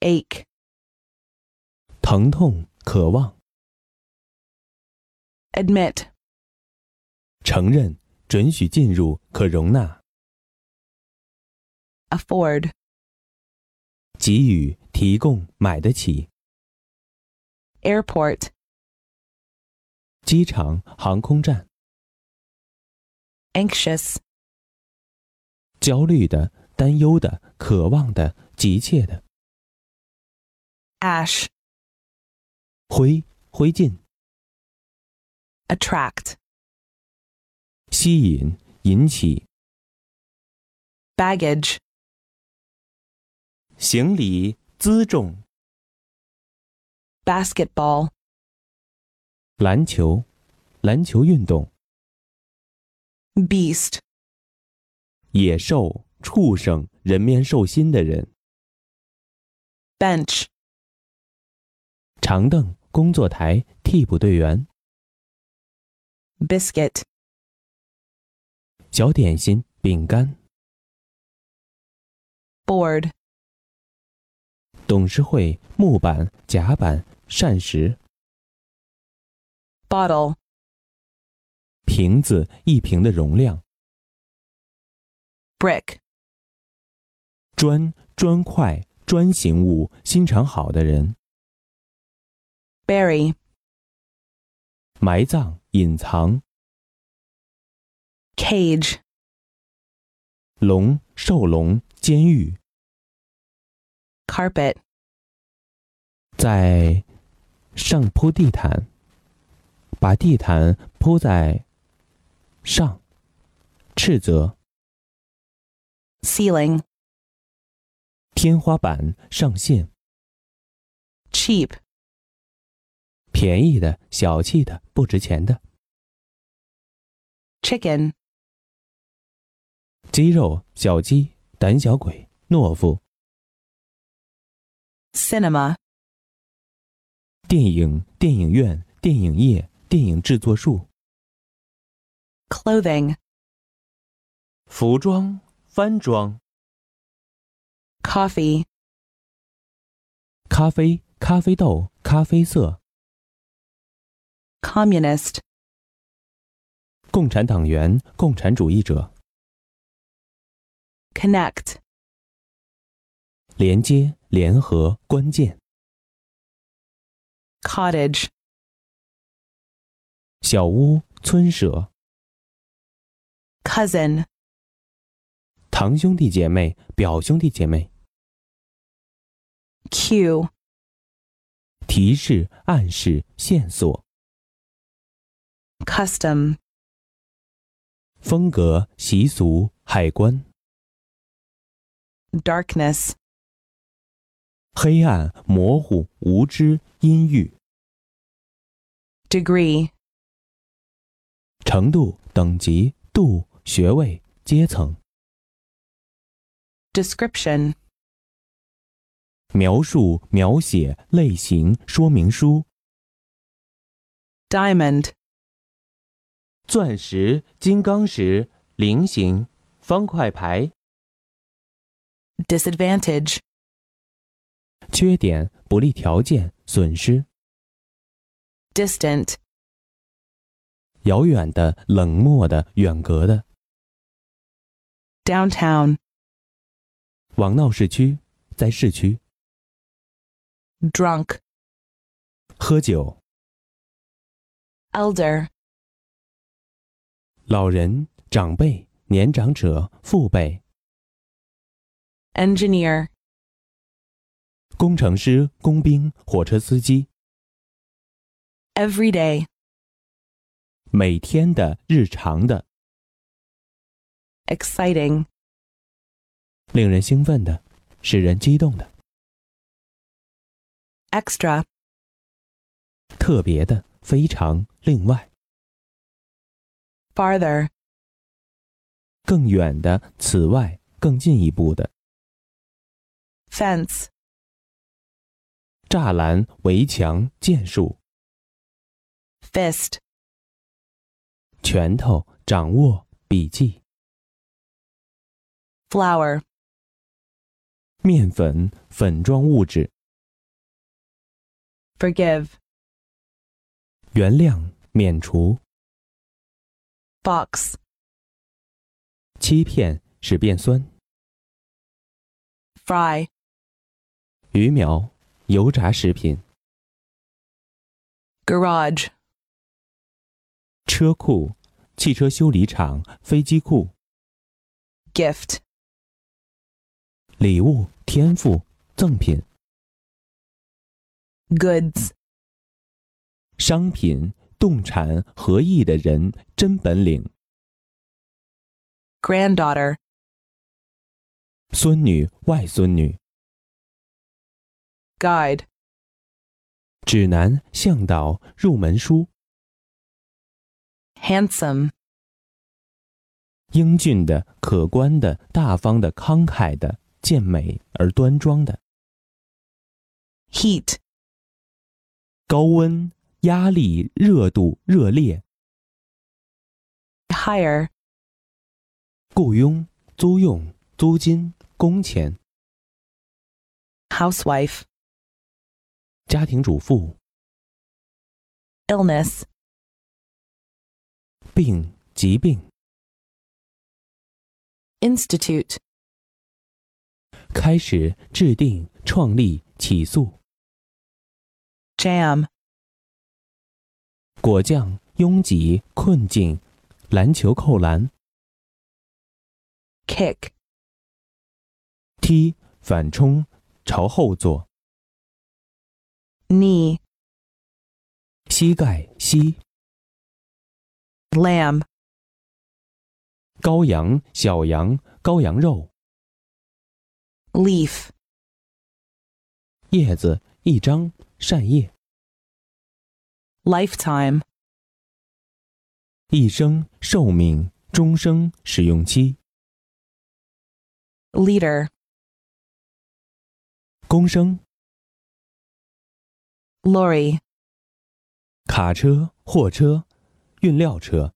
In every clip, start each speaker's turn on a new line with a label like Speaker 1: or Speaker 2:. Speaker 1: ache,
Speaker 2: 疼痛、渴望、
Speaker 1: admit,
Speaker 2: 承认、准许进入、可容纳、
Speaker 1: afford,
Speaker 2: 给予、提供、买得起、
Speaker 1: airport,
Speaker 2: 机场、航空站、
Speaker 1: anxious,
Speaker 2: 焦虑的、担忧的、渴望的、急切的、
Speaker 1: ash,
Speaker 2: 灰、灰烬、
Speaker 1: attract,
Speaker 2: 吸引、引起、
Speaker 1: baggage,
Speaker 2: 行李、辎重、
Speaker 1: basketball,
Speaker 2: 篮球、篮球运动、
Speaker 1: beast,
Speaker 2: 野兽、畜生、人面兽心的人、
Speaker 1: bench,
Speaker 2: 长凳、工作台、替补队员、
Speaker 1: biscuit,
Speaker 2: 小点心、饼干、
Speaker 1: board,
Speaker 2: 董事会、木板、甲板、膳食、
Speaker 1: bottle,
Speaker 2: 瓶子、一瓶的容量、
Speaker 1: brick,
Speaker 2: 砖、砖块、砖形物、心肠好的人、
Speaker 1: bury,
Speaker 2: 埋葬、隐藏、
Speaker 1: cage,
Speaker 2: 笼、兽笼、监狱，
Speaker 1: carpet,
Speaker 2: 在上铺地毯，把地毯铺在上，斥责。
Speaker 1: ceiling,
Speaker 2: 天花板上线，
Speaker 1: cheap,
Speaker 2: 便宜的、小气的、不值钱的
Speaker 1: chicken,
Speaker 2: 鸡肉、小鸡、胆小鬼、懦夫、
Speaker 1: cinema,
Speaker 2: 电影、电影院、电影业、电影制作术、
Speaker 1: clothing,
Speaker 2: 服装、翻装、
Speaker 1: coffee,
Speaker 2: 咖啡、咖啡豆、咖啡色、
Speaker 1: communist,
Speaker 2: 共产党员、共产主义者、
Speaker 1: connect,
Speaker 2: 连接、联合、关键、
Speaker 1: cottage,
Speaker 2: 小屋、村舍、
Speaker 1: cousin,
Speaker 2: 堂兄弟姐妹、表兄弟姐妹、
Speaker 1: cue,
Speaker 2: 提示、暗示、线索、
Speaker 1: custom,
Speaker 2: 风格、习俗、海关。
Speaker 1: darkness,
Speaker 2: 黑暗、模糊、无知、阴郁、
Speaker 1: degree,
Speaker 2: 程度、等级、度、学位、阶层、
Speaker 1: description,
Speaker 2: 描述、描写、类型、说明书、
Speaker 1: diamond,
Speaker 2: 钻石、金刚石、菱形、方块牌、
Speaker 1: disadvantage,
Speaker 2: 缺点、不利条件、损失、
Speaker 1: distant,
Speaker 2: 遥远的、冷漠的、远隔的、
Speaker 1: downtown,
Speaker 2: 往闹市区，在市区
Speaker 1: drunk,
Speaker 2: 喝酒、
Speaker 1: elder,
Speaker 2: 老人、长辈、年长者、父辈、
Speaker 1: engineer,
Speaker 2: 工程师、工兵、火车司机。
Speaker 1: everyday,
Speaker 2: 每天的日常的、
Speaker 1: exciting,
Speaker 2: 令人兴奋的、使人激动的、
Speaker 1: extra,
Speaker 2: 特别的、非常、另外、
Speaker 1: farther,
Speaker 2: 更远的、此外、更进一步的、
Speaker 1: fence,
Speaker 2: 栅栏、围墙、剑术、
Speaker 1: fist,
Speaker 2: 拳头、掌握、笔记、
Speaker 1: flower,
Speaker 2: 面粉、粉状物质、
Speaker 1: forgive,
Speaker 2: 原谅、免除、
Speaker 1: fox,
Speaker 2: 欺骗、使变酸、
Speaker 1: fry,
Speaker 2: 鱼苗、油炸食品、
Speaker 1: garage,
Speaker 2: 车库、汽车修理厂、飞机库、
Speaker 1: gift,
Speaker 2: 礼物、天赋、赠品、
Speaker 1: goods,
Speaker 2: 商品、动产、合意的人、真本领、
Speaker 1: granddaughter,
Speaker 2: 孙女、外孙女、
Speaker 1: guide,
Speaker 2: 指南、向导、入门书、
Speaker 1: handsome,
Speaker 2: 英俊的、可观的、大方的、慷慨的、健美而端庄的、
Speaker 1: heat,
Speaker 2: 高温、压力、热度、热烈、
Speaker 1: hire,
Speaker 2: 雇佣、租用、租金、工钱、
Speaker 1: housewife,
Speaker 2: 家庭主妇、
Speaker 1: illness,
Speaker 2: 病、疾病、
Speaker 1: institute,
Speaker 2: 开始、制定、创立、起诉、
Speaker 1: jam,
Speaker 2: 果酱、拥挤、困境、篮球扣篮、
Speaker 1: kick,
Speaker 2: 踢、反冲、朝后坐、
Speaker 1: knee,
Speaker 2: 膝盖、膝、
Speaker 1: lamb,
Speaker 2: 羔羊、小羊、羔羊肉。
Speaker 1: leaf,
Speaker 2: 叶子一张，扇叶；
Speaker 1: lifetime,
Speaker 2: 一生寿命，终生使用期。
Speaker 1: leader,
Speaker 2: 公升、
Speaker 1: lorry,
Speaker 2: 卡车、货车、运料车、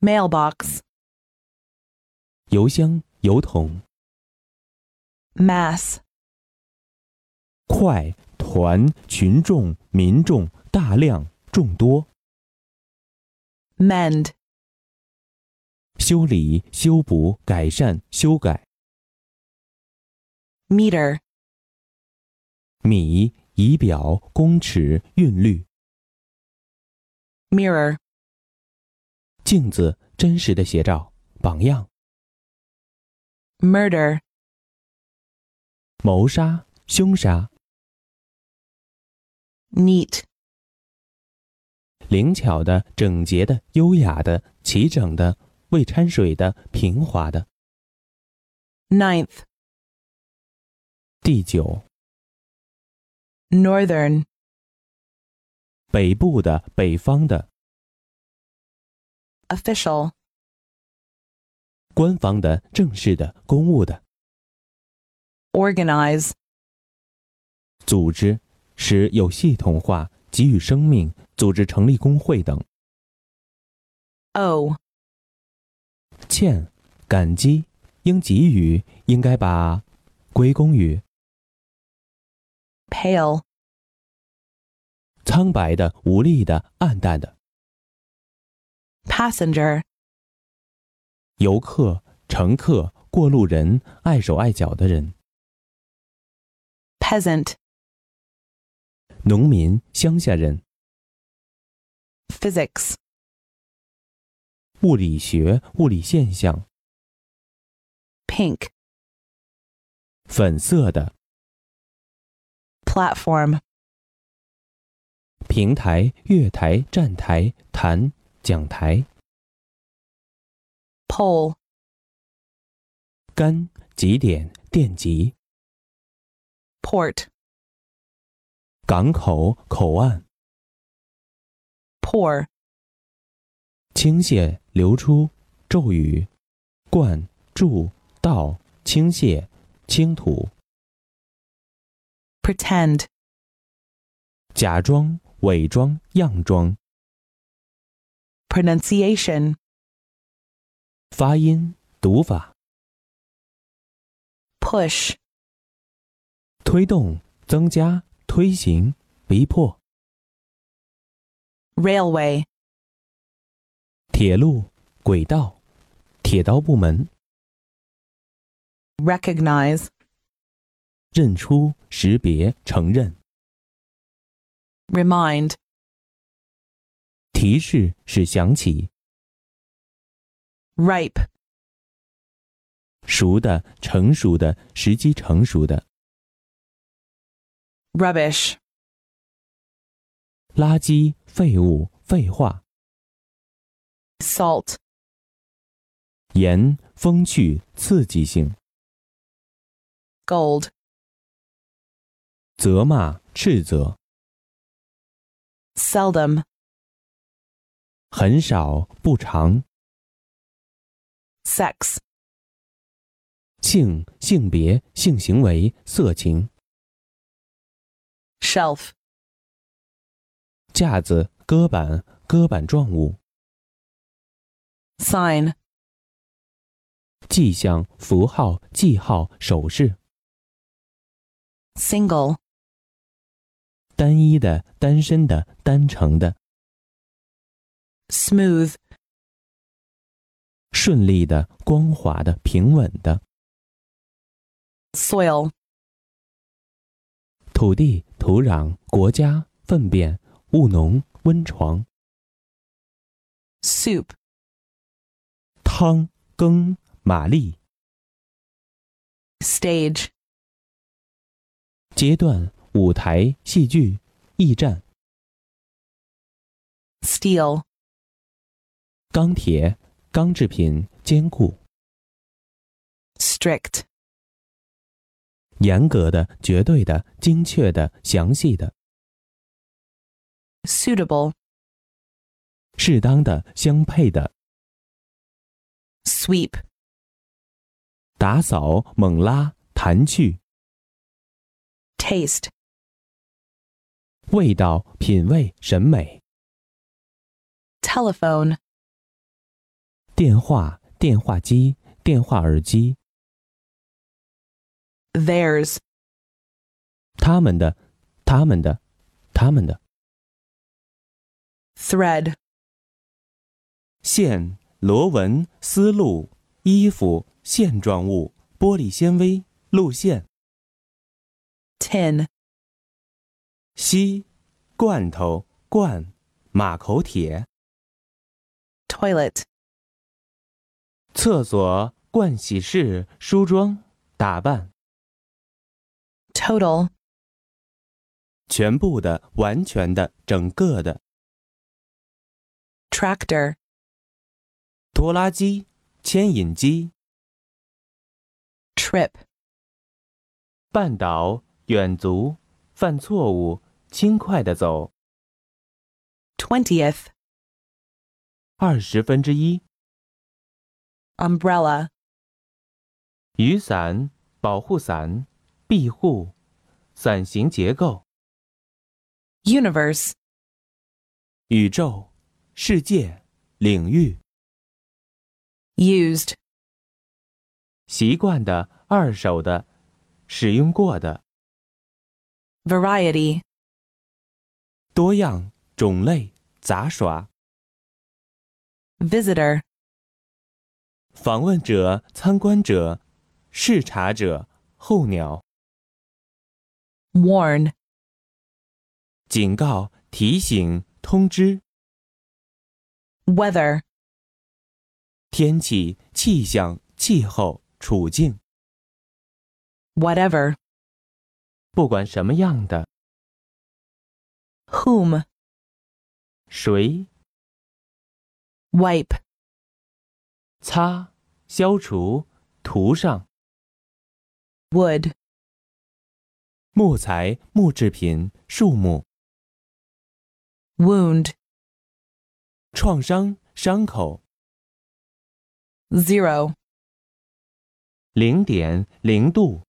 Speaker 1: mailbox,
Speaker 2: 邮箱、邮筒、
Speaker 1: mass,
Speaker 2: 快、团、群众、民众、大量、众多、
Speaker 1: mend,
Speaker 2: 修理、修补、改善、修改、
Speaker 1: meter,
Speaker 2: 米、仪表、公尺、韵律、
Speaker 1: mirror,
Speaker 2: 镜子、真实的写照、榜样、
Speaker 1: murder,
Speaker 2: 谋杀、凶杀、
Speaker 1: neat,
Speaker 2: 灵巧的、整洁的、优雅的、齐整的、未掺水的、平滑的。
Speaker 1: ninth,
Speaker 2: 第九，
Speaker 1: northern,
Speaker 2: 北部的、北方的、
Speaker 1: official,
Speaker 2: 官方的、正式的、公务的
Speaker 1: organize,
Speaker 2: 组织，使有系统化，给予生命，组织成立工会等。
Speaker 1: owe,
Speaker 2: 欠、感激、应给予，应该把归功于
Speaker 1: pale,
Speaker 2: 苍白的、无力的、暗淡的
Speaker 1: passenger,
Speaker 2: 游客、乘客、过路人、碍手碍脚的人。
Speaker 1: peasant,
Speaker 2: 农民、乡下人、
Speaker 1: physics,
Speaker 2: 物理学、物理现象、
Speaker 1: pink,
Speaker 2: 粉色的、
Speaker 1: platform,
Speaker 2: 平台、月台、站台、坛、讲台、
Speaker 1: pole,
Speaker 2: 杆、极点、电极、
Speaker 1: port,
Speaker 2: 港口、口岸、
Speaker 1: pour,
Speaker 2: 倾泻、流出、骤雨、灌注、倒、倾泻、倾吐、
Speaker 1: pretend,
Speaker 2: 假装、伪装、样装、
Speaker 1: pronunciation,
Speaker 2: 发音、读法、
Speaker 1: push,
Speaker 2: 推动、增加、推行、逼迫、
Speaker 1: railway,
Speaker 2: 铁路、轨道、铁道部门
Speaker 1: recognize,
Speaker 2: 认出、识别、承认、
Speaker 1: remind,
Speaker 2: 提示是想起、
Speaker 1: ripe,
Speaker 2: 熟的、成熟的、时机成熟的、
Speaker 1: rubbish,
Speaker 2: 垃圾、废物、废话、
Speaker 1: salt,
Speaker 2: 盐、风趣、刺激性、
Speaker 1: gold,
Speaker 2: 责骂、斥责、
Speaker 1: seldom,
Speaker 2: 很少、不常、
Speaker 1: sex,
Speaker 2: 性、性别、性行为、色情、
Speaker 1: shelf,
Speaker 2: 架子、搁板、搁板状物、
Speaker 1: sign,
Speaker 2: 迹象、符号、记号、手势、
Speaker 1: single,
Speaker 2: 单一的、单身的、单程的、
Speaker 1: smooth,
Speaker 2: 顺利的、光滑的、平稳的、
Speaker 1: soil,
Speaker 2: 土地、土壤、国家、粪便、务农、温床、
Speaker 1: soup,
Speaker 2: 汤、羹、玛丽、
Speaker 1: stage,
Speaker 2: 阶段、舞台、戏剧、驿站、
Speaker 1: steel,
Speaker 2: 钢铁、钢制品、坚固、
Speaker 1: strict,
Speaker 2: 严格的、绝对的、精确的、详细的、
Speaker 1: suitable,
Speaker 2: 适当的、相配的、
Speaker 1: sweep,
Speaker 2: 打扫、猛拉、弹去、
Speaker 1: taste,
Speaker 2: 味道、品味、审美、
Speaker 1: telephone,
Speaker 2: 电话、电话机、电话耳机、
Speaker 1: theirs,
Speaker 2: 他们的、他们的、他们的
Speaker 1: thread,
Speaker 2: 线、螺纹、丝路、衣服、线状物、玻璃纤维、路线、
Speaker 1: tin,
Speaker 2: 锡、罐头、罐、马口铁、
Speaker 1: toilet,
Speaker 2: 厕所、盥洗室、梳妆、打扮。
Speaker 1: total,
Speaker 2: 全部的、完全的、整个的
Speaker 1: tractor,
Speaker 2: 拖拉机、牵引机、
Speaker 1: trip,
Speaker 2: 绊倒、远足、犯错误、轻快的走
Speaker 1: 20th,
Speaker 2: 二十分之一、
Speaker 1: umbrella,
Speaker 2: 雨伞、保护伞、庇护、伞形结构、
Speaker 1: universe,
Speaker 2: 宇宙、世界、领域、
Speaker 1: used,
Speaker 2: 习惯的、二手的、使用过的、
Speaker 1: variety,
Speaker 2: 多样、种类、杂耍、
Speaker 1: visitor,
Speaker 2: 访问者、参观者、视察者、候鸟。
Speaker 1: warn,
Speaker 2: 警告、提醒、通知、
Speaker 1: weather,
Speaker 2: 天气、气象、气候、处境，
Speaker 1: whatever,
Speaker 2: 不管什么样的，
Speaker 1: whom,
Speaker 2: 谁、
Speaker 1: wipe,
Speaker 2: 擦、消除、涂上、
Speaker 1: wood,
Speaker 2: 木材、木制品、树木、
Speaker 1: wound,
Speaker 2: 创伤、伤口、
Speaker 1: zero,
Speaker 2: 零点、零度、